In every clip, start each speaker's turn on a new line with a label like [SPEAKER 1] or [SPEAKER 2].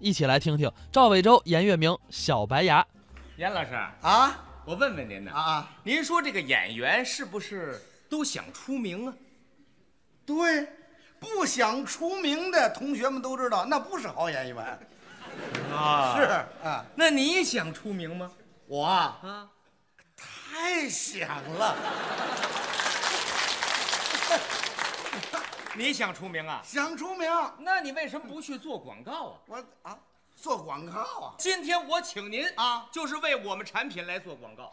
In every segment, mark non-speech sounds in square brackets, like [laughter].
[SPEAKER 1] 一起来听听赵伟洲、严月明《小白牙》。
[SPEAKER 2] 严老师，
[SPEAKER 3] 啊
[SPEAKER 2] 我问问您呢
[SPEAKER 3] 啊，啊！
[SPEAKER 2] 您说这个演员是不是都想出名啊？
[SPEAKER 3] 对，不想出名的同学们都知道，那不是好演员。
[SPEAKER 2] 啊
[SPEAKER 3] 是，啊，
[SPEAKER 2] 那你想出名吗？
[SPEAKER 3] 我啊
[SPEAKER 2] 啊，
[SPEAKER 3] 太想了，
[SPEAKER 2] 你想出名啊？
[SPEAKER 3] 想出名，
[SPEAKER 2] 那你为什么不去做广告啊？
[SPEAKER 3] 我啊做广告啊。
[SPEAKER 2] 今天我请您
[SPEAKER 3] 啊
[SPEAKER 2] 就是为我们产品来做广告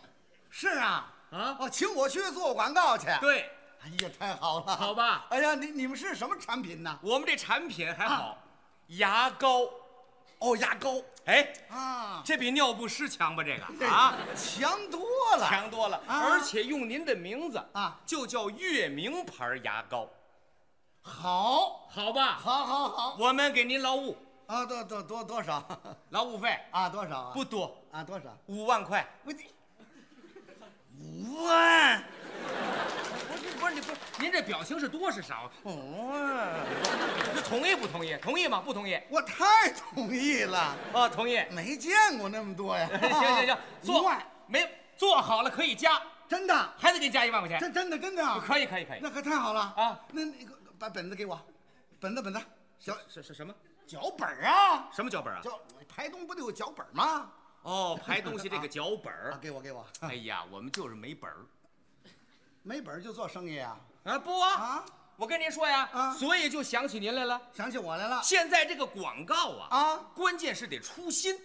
[SPEAKER 3] 是啊，
[SPEAKER 2] 啊。
[SPEAKER 3] 哦，请我去做广告去。，
[SPEAKER 2] 对，
[SPEAKER 3] 哎呀，太好了，
[SPEAKER 2] 好吧
[SPEAKER 3] 哎呀，你你们是什么产品呢？
[SPEAKER 2] 我们这产品还好，牙膏，
[SPEAKER 3] 啊哦，牙膏
[SPEAKER 2] 哎，
[SPEAKER 3] 啊，
[SPEAKER 2] 这比尿不湿强吧？这个啊，
[SPEAKER 3] 强多了。
[SPEAKER 2] 强多了，
[SPEAKER 3] 啊
[SPEAKER 2] 而且用您的名字
[SPEAKER 3] 啊
[SPEAKER 2] 就叫月明牌牙膏，
[SPEAKER 3] 好，
[SPEAKER 2] 好吧？
[SPEAKER 3] 好，好，好
[SPEAKER 2] 我们给您劳务，
[SPEAKER 3] 啊，多多多多少 [laughs]
[SPEAKER 2] 劳务费
[SPEAKER 3] 啊？多少啊？
[SPEAKER 2] 不多，
[SPEAKER 3] 啊，多少？
[SPEAKER 2] 五万块。
[SPEAKER 3] 不，五万。
[SPEAKER 2] 不是不是，你不是您这表情是多是少？
[SPEAKER 3] 哦，
[SPEAKER 2] 这同意不同意？同意吗？不同意？
[SPEAKER 3] 我太同意了，
[SPEAKER 2] 啊，同意。。
[SPEAKER 3] 没见过那么多呀
[SPEAKER 2] [laughs] 行
[SPEAKER 3] [laughs]
[SPEAKER 2] 行行，
[SPEAKER 3] 嗯五
[SPEAKER 2] 做
[SPEAKER 3] 万，
[SPEAKER 2] 没做好了可以加，
[SPEAKER 3] 真的，
[SPEAKER 2] 还得给你加一万块钱。哦
[SPEAKER 3] 真真的真的啊，
[SPEAKER 2] 可以可以可以
[SPEAKER 3] 那。可太好了
[SPEAKER 2] 哎啊！
[SPEAKER 3] 那那个把本子给我，本子本子，小
[SPEAKER 2] 是是什么
[SPEAKER 3] 脚本啊，
[SPEAKER 2] 什么脚本啊？
[SPEAKER 3] 脚排东不得有脚本吗？
[SPEAKER 2] 哦，排东西这个脚本
[SPEAKER 3] 啊，
[SPEAKER 2] 儿。
[SPEAKER 3] 给我给我，
[SPEAKER 2] 哎呀，我们就是没本儿。
[SPEAKER 3] 没本儿就做生意啊？
[SPEAKER 2] 啊不啊，
[SPEAKER 3] 啊，
[SPEAKER 2] 我跟您说呀，
[SPEAKER 3] 啊
[SPEAKER 2] 所以就想起您来了。
[SPEAKER 3] 想起我来了
[SPEAKER 2] 现在这个广告啊，
[SPEAKER 3] 啊！
[SPEAKER 2] 关键是得出新，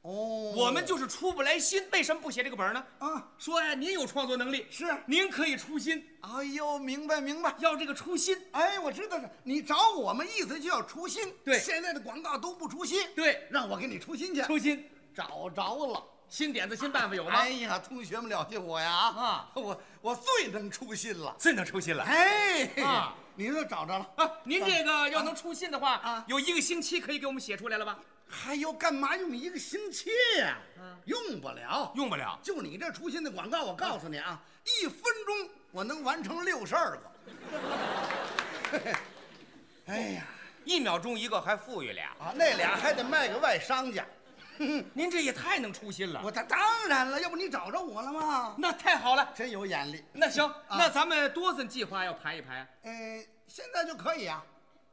[SPEAKER 3] 哦，
[SPEAKER 2] 我们就是出不来新。为什么不写这个本儿呢？
[SPEAKER 3] 啊，
[SPEAKER 2] 说呀，您有创作能力，
[SPEAKER 3] 是
[SPEAKER 2] 您可以出新，
[SPEAKER 3] 哎呦，明白明白。
[SPEAKER 2] 要这个出新。
[SPEAKER 3] 哎，我知道了，你找我们意思就要出新。
[SPEAKER 2] 对
[SPEAKER 3] 现在的广告都不出新。
[SPEAKER 2] 对
[SPEAKER 3] 让我给你出新去。
[SPEAKER 2] 出新，
[SPEAKER 3] 找着了。
[SPEAKER 2] 新点子、新办法有吗？
[SPEAKER 3] 哎呀，同学们了解我呀啊！我我最能出新了。
[SPEAKER 2] 最能出新了。
[SPEAKER 3] 哎，
[SPEAKER 2] 啊
[SPEAKER 3] 你都找着了，
[SPEAKER 2] 啊，您这个要能出新的话，
[SPEAKER 3] 啊
[SPEAKER 2] 有一个星期可以给我们写出来了吧？
[SPEAKER 3] 还要干嘛用一个星期呀、用不了。
[SPEAKER 2] 嗯用不了，
[SPEAKER 3] 就你这出新的广告，我告诉你啊，一分钟我能完成六十二个。 [laughs] 哎呀，
[SPEAKER 2] 一秒钟一个，还富裕俩。
[SPEAKER 3] 啊，那俩还得卖给外商去。
[SPEAKER 2] 您这也太能出新了，
[SPEAKER 3] 我当当然了，要不你找着我了吗？
[SPEAKER 2] 那太好了。
[SPEAKER 3] 真有眼力。
[SPEAKER 2] 那行，那咱们多森计划要排一排啊，
[SPEAKER 3] 呃，现在就可以啊，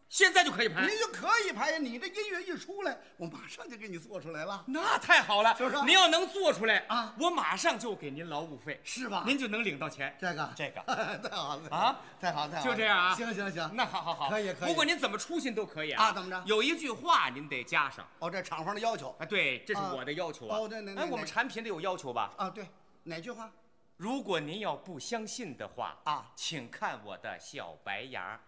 [SPEAKER 2] 现在就可以排
[SPEAKER 3] 您。就可以拍呀。你这音乐一出来，我马上就给你做出来了，
[SPEAKER 2] 那太好了，
[SPEAKER 3] 是不是
[SPEAKER 2] 您要能做出来
[SPEAKER 3] 啊
[SPEAKER 2] 我马上就给您劳务费，
[SPEAKER 3] 是吧？
[SPEAKER 2] 您就能领到钱。
[SPEAKER 3] 这个
[SPEAKER 2] 啊这个
[SPEAKER 3] [laughs] 太好了
[SPEAKER 2] 啊，
[SPEAKER 3] 太好太好了，
[SPEAKER 2] 就这样啊
[SPEAKER 3] 行行行，
[SPEAKER 2] 那好好好，
[SPEAKER 3] 可以可以
[SPEAKER 2] 不过您怎么出新都可以
[SPEAKER 3] 啊怎么着
[SPEAKER 2] 有一句话您得加上
[SPEAKER 3] 哦，这厂方的要求
[SPEAKER 2] 啊，对，这是
[SPEAKER 3] 啊
[SPEAKER 2] 我的要求啊。
[SPEAKER 3] 哦对对对
[SPEAKER 2] 哎，
[SPEAKER 3] 对
[SPEAKER 2] 我们产品得有要求吧？
[SPEAKER 3] 啊，对，哪句话？
[SPEAKER 2] 如果您要不相信的话
[SPEAKER 3] 啊
[SPEAKER 2] 请看我的小白牙。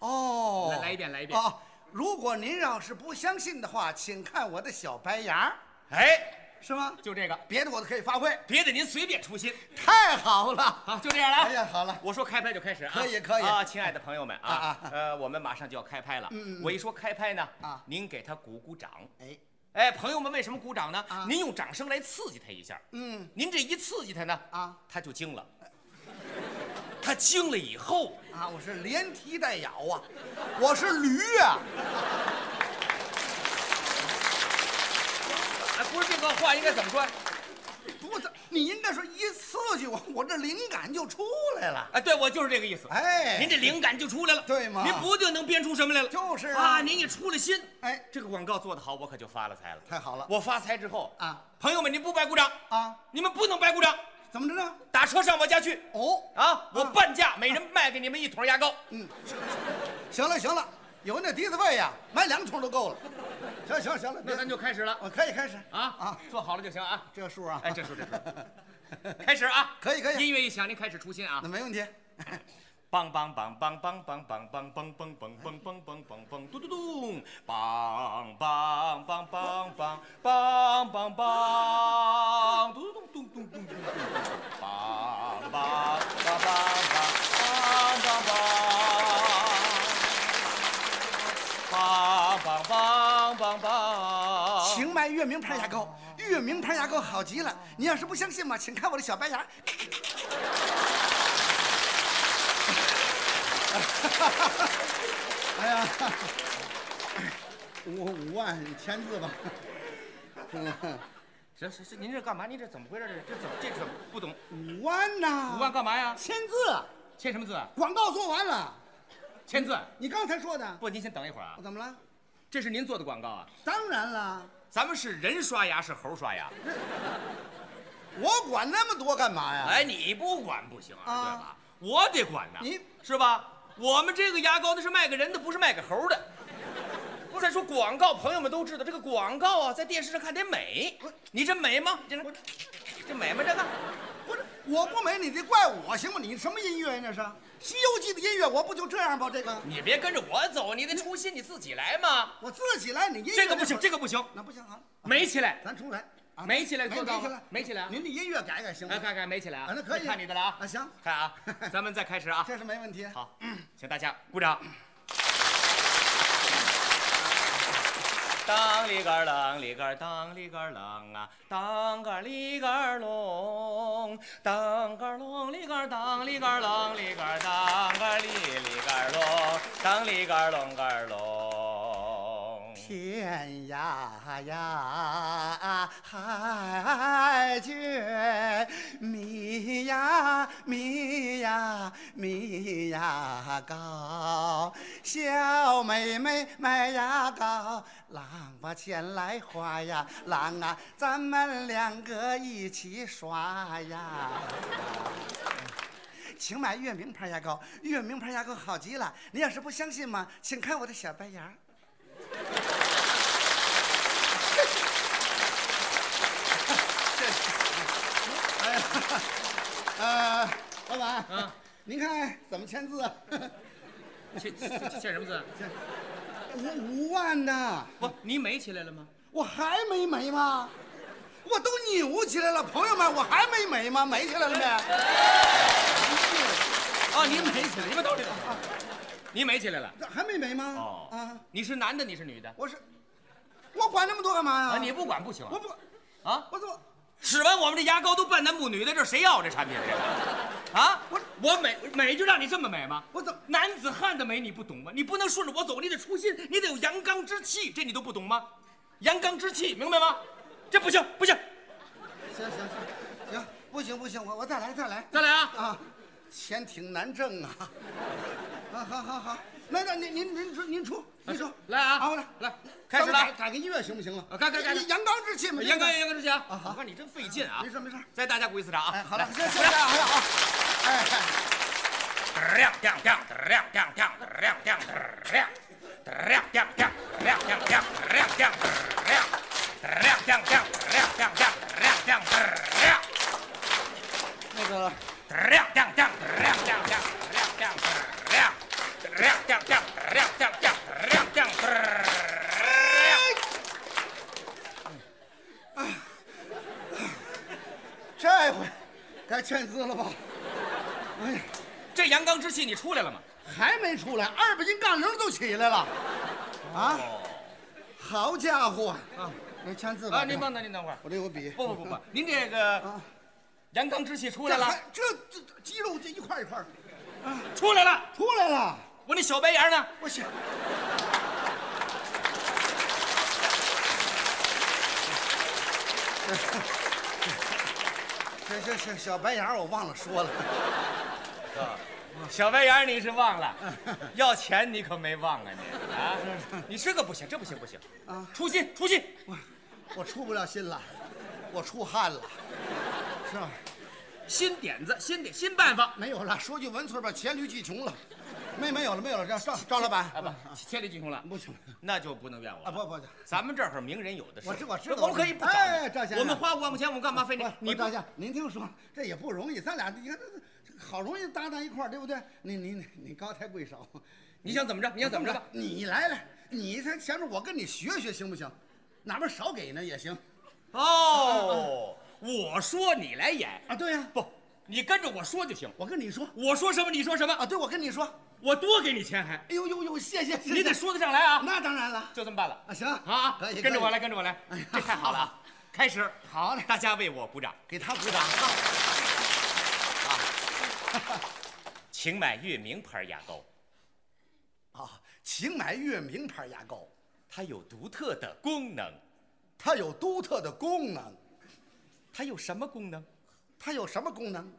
[SPEAKER 3] 哦，
[SPEAKER 2] 来来一遍来一遍
[SPEAKER 3] 啊！如果您要是不相信的话，请看我的小白牙，
[SPEAKER 2] 哎，
[SPEAKER 3] 是吗？
[SPEAKER 2] 就这个，
[SPEAKER 3] 别的我都可以发挥，
[SPEAKER 2] 别的您随便出
[SPEAKER 3] 哎
[SPEAKER 2] 新。
[SPEAKER 3] 太好了！
[SPEAKER 2] 好，就这样了啊。
[SPEAKER 3] 哎呀，好了，
[SPEAKER 2] 我说开拍就开始啊，
[SPEAKER 3] 可以可以
[SPEAKER 2] 啊，亲爱的朋友们
[SPEAKER 3] 啊
[SPEAKER 2] 啊
[SPEAKER 3] 啊，
[SPEAKER 2] 呃，我们马上就要开拍了。
[SPEAKER 3] 嗯嗯
[SPEAKER 2] 我一说开拍呢，
[SPEAKER 3] 啊
[SPEAKER 2] 您给他鼓鼓掌。
[SPEAKER 3] 哎，
[SPEAKER 2] 哎，朋友们，为什么鼓掌呢
[SPEAKER 3] 啊？
[SPEAKER 2] 您用掌声来刺激他一下。
[SPEAKER 3] 嗯
[SPEAKER 2] 您这一刺激他呢，
[SPEAKER 3] 啊
[SPEAKER 2] 他就惊了。 [laughs] 他惊了以后，
[SPEAKER 3] 啊，我是连踢带咬啊，我是驴啊，
[SPEAKER 2] 哎，不是这个话应该怎么说？
[SPEAKER 3] 不是，你应该说一刺激我，我这灵感就出来了。
[SPEAKER 2] 哎，对我就是这个意思。
[SPEAKER 3] 哎，
[SPEAKER 2] 您这灵感就出来了，
[SPEAKER 3] 对嘛
[SPEAKER 2] 您不定能编出什么来了。
[SPEAKER 3] 就是啊
[SPEAKER 2] 啊，您一出了心，
[SPEAKER 3] 哎，
[SPEAKER 2] 这个广告做得好，我可就发了财了。
[SPEAKER 3] 太好了
[SPEAKER 2] 我发财之后
[SPEAKER 3] 啊，
[SPEAKER 2] 朋友们，您不白鼓掌，
[SPEAKER 3] 啊，
[SPEAKER 2] 你们不能白鼓掌，
[SPEAKER 3] 怎么着呢？
[SPEAKER 2] 打车上我家去。
[SPEAKER 3] 哦，
[SPEAKER 2] 啊，我半价每人卖给你们一桶牙膏。
[SPEAKER 3] 嗯，行了行了，有那笛子费呀，买两桶都够了。行行行了，
[SPEAKER 2] 那咱就开始了
[SPEAKER 3] 我可以开始
[SPEAKER 2] 啊
[SPEAKER 3] 啊
[SPEAKER 2] 啊，，做好了就行啊。
[SPEAKER 3] 这数啊，
[SPEAKER 2] 哎，这说这说，开始啊，
[SPEAKER 3] 可以可以
[SPEAKER 2] 音乐一响，您开始出新啊
[SPEAKER 3] 那。没问题。
[SPEAKER 2] 梆梆梆梆梆梆梆梆梆梆梆梆梆梆梆梆嘟嘟咚，梆梆梆梆梆梆梆梆嘟嘟咚咚咚咚咚咚，梆梆梆梆梆梆梆梆梆梆梆梆梆。
[SPEAKER 3] 请买月明牌牙膏，月明牌牙膏好极了。你要是不相信嘛，请看我的小白 [laughs] 牙。哎呀，五五万签字吧。
[SPEAKER 2] 行行行，您这干嘛？您这怎么回事？这这怎么这怎么不懂？
[SPEAKER 3] 五万呐！
[SPEAKER 2] 五万干嘛呀？
[SPEAKER 3] 签字，
[SPEAKER 2] 签什么字？啊？
[SPEAKER 3] 广告做完了。
[SPEAKER 2] 签字？
[SPEAKER 3] 你刚才说的，哦
[SPEAKER 2] 不，您先等一会儿啊
[SPEAKER 3] 我。怎么了？
[SPEAKER 2] 这是您做的广告啊？
[SPEAKER 3] 当然了，
[SPEAKER 2] 咱们是人刷牙，是猴
[SPEAKER 3] [laughs]
[SPEAKER 2] 刷牙。
[SPEAKER 3] 我管那么多干嘛呀？
[SPEAKER 2] 哎，你不管不行啊，
[SPEAKER 3] 啊
[SPEAKER 2] 对吧？我得管呐，
[SPEAKER 3] 你
[SPEAKER 2] 是吧？我们这个牙膏那是卖给人的，不是卖给猴
[SPEAKER 3] [laughs]
[SPEAKER 2] 的。再说广告，朋友们都知道，这个广告啊，在电视上看得美
[SPEAKER 3] 不是。
[SPEAKER 2] 你这美吗？这人这美吗？这个
[SPEAKER 3] 不是，我不美，你得怪我行吗？你什么音乐呀？那是《西游记》的音乐，我不就这样吗？这个
[SPEAKER 2] 你别跟着我走，你的初心你自己来嘛。
[SPEAKER 3] 我自己来，你音乐
[SPEAKER 2] 这个不行，这
[SPEAKER 3] 个
[SPEAKER 2] 个不行，
[SPEAKER 3] 那不行啊，
[SPEAKER 2] 美起来，
[SPEAKER 3] 咱重来啊，
[SPEAKER 2] 美起来
[SPEAKER 3] 没
[SPEAKER 2] 做到
[SPEAKER 3] 没起
[SPEAKER 2] 吗
[SPEAKER 3] 来？，
[SPEAKER 2] 美起来啊！
[SPEAKER 3] 您的音乐改改行吗
[SPEAKER 2] 来，？看看美起来啊
[SPEAKER 3] 啊，！那可以，
[SPEAKER 2] 看你的了啊
[SPEAKER 3] 啊，！行，
[SPEAKER 2] 看 [laughs] 啊，咱们再开始啊！
[SPEAKER 3] 这是没问题。
[SPEAKER 2] 好，请大家鼓掌。当里个儿啷里个儿当里个儿啷啊，当个儿里个儿隆，当个儿隆里个儿当里个儿啷里个儿当个儿里里个儿隆，当里个儿隆个儿隆。
[SPEAKER 3] 天涯呀，海角迷呀迷呀迷呀高，小妹妹卖牙膏，郎把钱来花呀，郎啊，咱们两个一起耍呀。请买月明牌牙膏，月明牌牙膏好极了。你要是不相信嘛，请看我的小白牙。哎呀，呃，老板，
[SPEAKER 2] 啊
[SPEAKER 3] 您看怎么签字啊？
[SPEAKER 2] 写写什么字？
[SPEAKER 3] 五五万呢？
[SPEAKER 2] 不，你美起来了吗？
[SPEAKER 3] 我还没没吗？我都扭起来了，朋友们，我还没没吗？没起来了没？
[SPEAKER 2] 啊，你美起来，你们都知道。你美起来了。
[SPEAKER 3] 这还没没吗？
[SPEAKER 2] 哦
[SPEAKER 3] 啊，
[SPEAKER 2] 你是男的，你是女的？
[SPEAKER 3] 我是，我管那么多干嘛呀？
[SPEAKER 2] 啊，你不管不行啊。
[SPEAKER 3] 我不，
[SPEAKER 2] 啊，
[SPEAKER 3] 我怎么？
[SPEAKER 2] 使完我们这牙膏都半男不女的，这谁要这产品？这个啊，我我美美就让你这么美吗？
[SPEAKER 3] 我怎么
[SPEAKER 2] 男子汉的美你不懂吗？你不能顺着我走，你得初心，你得有阳刚之气，这你都不懂吗？阳刚之气，明白吗？这不行不行，
[SPEAKER 3] 行行行行，不行不行，我我再来再来
[SPEAKER 2] 再来啊！
[SPEAKER 3] 啊！钱挺难挣啊！啊，好好好，那那您您您出您出您出
[SPEAKER 2] 来啊
[SPEAKER 3] 好我来
[SPEAKER 2] 来开始了
[SPEAKER 3] 咱们打打个音乐行不行啊？
[SPEAKER 2] 啊开开开
[SPEAKER 3] 阳刚之气嘛，
[SPEAKER 2] 阳刚阳刚之气啊！
[SPEAKER 3] 啊好
[SPEAKER 2] 我看你真费劲啊！
[SPEAKER 3] 没事没事
[SPEAKER 2] 再大家鼓一次掌啊！
[SPEAKER 3] 哎，好了，
[SPEAKER 2] 来
[SPEAKER 3] 谢谢大家，好了啊！哎，
[SPEAKER 2] 亮亮亮亮亮亮亮亮亮亮亮亮亮亮亮亮亮亮亮亮亮亮亮亮
[SPEAKER 3] 那个
[SPEAKER 2] 亮亮亮亮亮亮亮亮亮亮亮亮亮亮亮亮
[SPEAKER 3] 这回该签字了吧？哎呀，
[SPEAKER 2] 这阳刚之气你出来了吗？
[SPEAKER 3] 还没出来，二百斤杠铃都起来了，啊！好家伙，
[SPEAKER 2] 啊
[SPEAKER 3] 来签字吧。
[SPEAKER 2] 啊！您等等，您等会儿。
[SPEAKER 3] 我这有笔。
[SPEAKER 2] 不不不不，您这个
[SPEAKER 3] 啊
[SPEAKER 2] 阳刚之气出来
[SPEAKER 3] 这
[SPEAKER 2] 了
[SPEAKER 3] 还，这这这肌肉这一块一块的
[SPEAKER 2] 出来了！
[SPEAKER 3] 出来了，
[SPEAKER 2] 我那小白牙呢？
[SPEAKER 3] 我去！ [laughs] 这这这小白牙我忘了说了，
[SPEAKER 2] 小白眼，你是忘
[SPEAKER 3] [laughs]
[SPEAKER 2] 了，要钱你可没忘啊你啊！你这个不行，这不行不行
[SPEAKER 3] 啊
[SPEAKER 2] 出心出心，
[SPEAKER 3] 我出不了心了，我出汗了，是吧？
[SPEAKER 2] 新点子，新点新办法
[SPEAKER 3] 没有了，说句文翠吧，黔驴技穷了，没没有了没有了，赵赵赵老板
[SPEAKER 2] 啊！不，千里进穷了，
[SPEAKER 3] 不行
[SPEAKER 2] 那就不能怨我
[SPEAKER 3] 啊
[SPEAKER 2] 了。
[SPEAKER 3] 不不不，
[SPEAKER 2] 咱们这儿名人有的是，
[SPEAKER 3] 我知我知道
[SPEAKER 2] 我们可以不找你
[SPEAKER 3] 哎赵先生
[SPEAKER 2] 我们花五万块钱，我们干嘛非
[SPEAKER 3] 不
[SPEAKER 2] 得
[SPEAKER 3] 是
[SPEAKER 2] 哎你
[SPEAKER 3] 不是大家，您听我说，这也不容易，咱俩你看这这这好容易搭档一块儿，对不对？你你你你高抬贵手，
[SPEAKER 2] 你想怎么着？你想怎么着吧？
[SPEAKER 3] 你来来，你这前面我跟你学学行不行？哪怕少给呢也行
[SPEAKER 2] 哦，我说你来演，
[SPEAKER 3] 啊。对呀、
[SPEAKER 2] 不，你跟着我说就行。
[SPEAKER 3] 我跟你说
[SPEAKER 2] 我说什么你说什
[SPEAKER 3] 啊，
[SPEAKER 2] 么，
[SPEAKER 3] 对我跟你说，
[SPEAKER 2] 我多给你钱还，
[SPEAKER 3] 哎呦呦呦，谢谢，谢谢
[SPEAKER 2] 你得说得上来啊！
[SPEAKER 3] 那当然了
[SPEAKER 2] 就这么办了。
[SPEAKER 3] 啊，行
[SPEAKER 2] 啊，
[SPEAKER 3] 可以，
[SPEAKER 2] 跟着我
[SPEAKER 3] 可以，
[SPEAKER 2] 来，跟着我来
[SPEAKER 3] 哎呀，
[SPEAKER 2] 这太好了啊！开始，
[SPEAKER 3] 好嘞
[SPEAKER 2] 大家为我鼓掌。
[SPEAKER 3] 给他鼓掌啊。
[SPEAKER 2] 请买月明牌牙膏，
[SPEAKER 3] 啊，请买月明牌牙膏，
[SPEAKER 2] 它有独特的功能。
[SPEAKER 3] 它有独特的功能，
[SPEAKER 2] 它有什么功能？
[SPEAKER 3] 它有什么功能？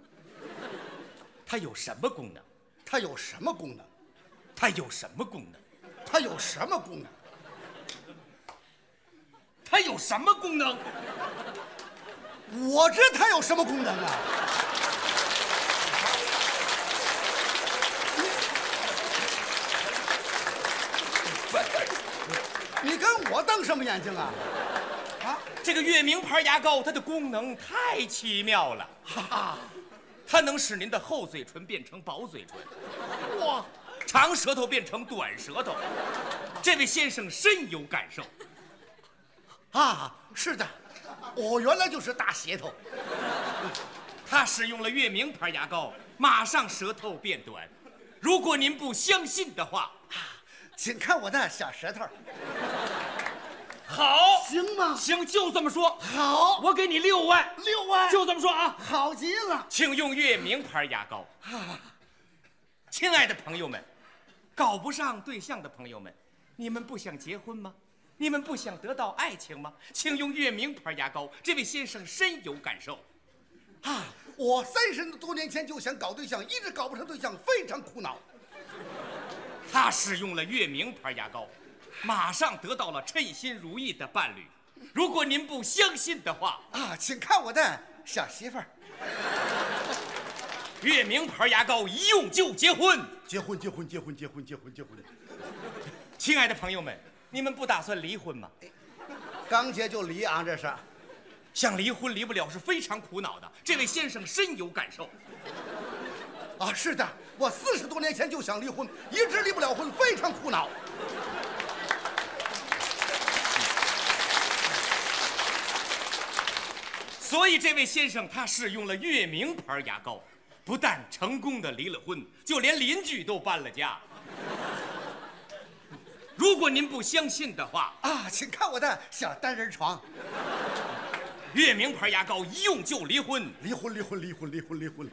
[SPEAKER 2] 它有什么功能？
[SPEAKER 3] 它有什么功能？
[SPEAKER 2] 它有什么功能？
[SPEAKER 3] 它有什么功能？
[SPEAKER 2] 它有什么功能？
[SPEAKER 3] 我知它有什么功能啊？ [laughs] 你跟我瞪什么眼睛啊？啊，
[SPEAKER 2] 这个月明牌牙膏，它的功能太奇妙了，
[SPEAKER 3] 哈哈，
[SPEAKER 2] 它能使您的厚嘴唇变成薄嘴唇，
[SPEAKER 3] 哇，
[SPEAKER 2] 长舌头变成短舌头。这位先生深有感受。
[SPEAKER 3] 啊，是的，我原来就是大舌头，
[SPEAKER 2] 他使用了月明牌牙膏，马上舌头变短。如果您不相信的话，
[SPEAKER 3] 请看我的小舌头，
[SPEAKER 2] 好，
[SPEAKER 3] 行吗？
[SPEAKER 2] 行，就这么说。
[SPEAKER 3] 好，
[SPEAKER 2] 我给你六万，
[SPEAKER 3] 六万，
[SPEAKER 2] 就这么说啊。
[SPEAKER 3] 好极了。
[SPEAKER 2] 请用月明牌牙膏。啊亲爱的朋友们，搞不上对象的朋友们，你们不想结婚吗？你们不想得到爱情吗？请用月明牌牙膏。这位先生深有感受。
[SPEAKER 3] 啊，我三十多年前就想搞对象，一直搞不成对象，非常苦恼。
[SPEAKER 2] 他使用了月明牌牙膏，马上得到了称心如意的伴侣。如果您不相信的话，
[SPEAKER 3] 啊，请看我的小媳妇儿，
[SPEAKER 2] 月明牌牙膏一用就结婚。
[SPEAKER 3] 结婚，结婚，结婚，结婚，结婚，结婚，
[SPEAKER 2] 亲爱的朋友们，你们不打算离婚吗？
[SPEAKER 3] 刚结就离啊，这是。
[SPEAKER 2] 想离婚离不了是非常苦恼的。这位先生深有感受。
[SPEAKER 3] 啊，是的，我四十多年前就想离婚，一直离不了婚，非常苦恼。
[SPEAKER 2] 所以这位先生他使用了月明牌牙膏，不但成功的离了婚，就连邻居都搬了家。如果您不相信的话，
[SPEAKER 3] 啊，请看我的小单人床，
[SPEAKER 2] 月明牌牙膏一用就离婚。
[SPEAKER 3] 离婚，离婚，离婚，离婚，离婚。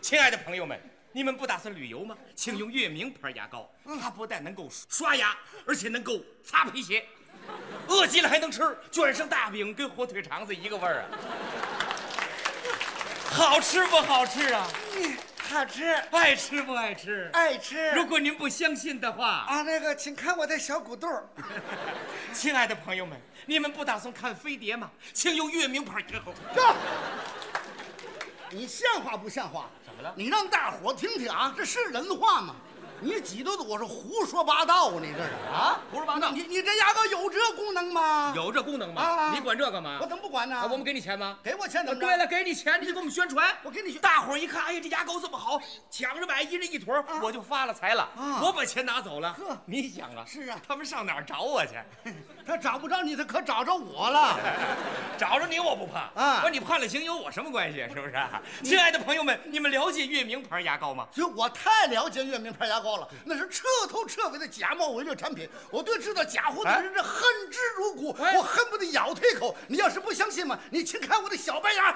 [SPEAKER 2] 亲爱的朋友们，你们不打算旅游吗？请用月明牌牙膏，
[SPEAKER 3] 嗯
[SPEAKER 2] 它不但能够刷牙，而且能够擦皮鞋。饿极了还能吃，卷上大饼跟火腿肠子一个味儿啊！好吃不好吃啊？
[SPEAKER 3] 好吃，
[SPEAKER 2] 爱吃不爱吃？
[SPEAKER 3] 爱吃
[SPEAKER 2] 如果您不相信的话，
[SPEAKER 3] 啊，那个，请看我的小骨肚儿。
[SPEAKER 2] 亲爱的朋友们，你们不打算看飞碟吗？请用月明牌牙膏。
[SPEAKER 3] 这，你像话不像话？
[SPEAKER 2] 怎么了
[SPEAKER 3] 你让大伙听听啊，这是人话吗？你挤兑的我是胡说八道啊！你这是啊，
[SPEAKER 2] 胡说八道
[SPEAKER 3] 你你这牙膏有这功能吗？，
[SPEAKER 2] 有这功能
[SPEAKER 3] 啊
[SPEAKER 2] 吗？你管这干嘛
[SPEAKER 3] 我？怎么不管呢？
[SPEAKER 2] 啊我们给你钱吗？
[SPEAKER 3] 给我钱怎么着？
[SPEAKER 2] 对了，，给你钱你就给我们宣传。
[SPEAKER 3] 我给你去
[SPEAKER 2] 大伙儿一看，哎呀，这牙膏这么好，抢着买，一人一坨儿，我就发了财了。
[SPEAKER 3] 啊
[SPEAKER 2] 我把钱拿走了
[SPEAKER 3] 呵，
[SPEAKER 2] 你想啊，
[SPEAKER 3] 是啊
[SPEAKER 2] 他们上哪儿找
[SPEAKER 3] [laughs]
[SPEAKER 2] 我去？
[SPEAKER 3] 他找不着你，他可找着我了。
[SPEAKER 2] 找着你我不怕
[SPEAKER 3] 啊
[SPEAKER 2] 和你判了刑有我什么关系？啊是不是？亲爱的朋友们，你们了解月明牌牙膏吗？
[SPEAKER 3] 所以我太了解月明牌牙膏了，那是彻头彻尾的假冒伪劣产品。我对制造假货的人是恨之入骨，
[SPEAKER 2] 哎
[SPEAKER 3] 我恨不得咬他一口。你要是不相信嘛，你请看我的小白牙。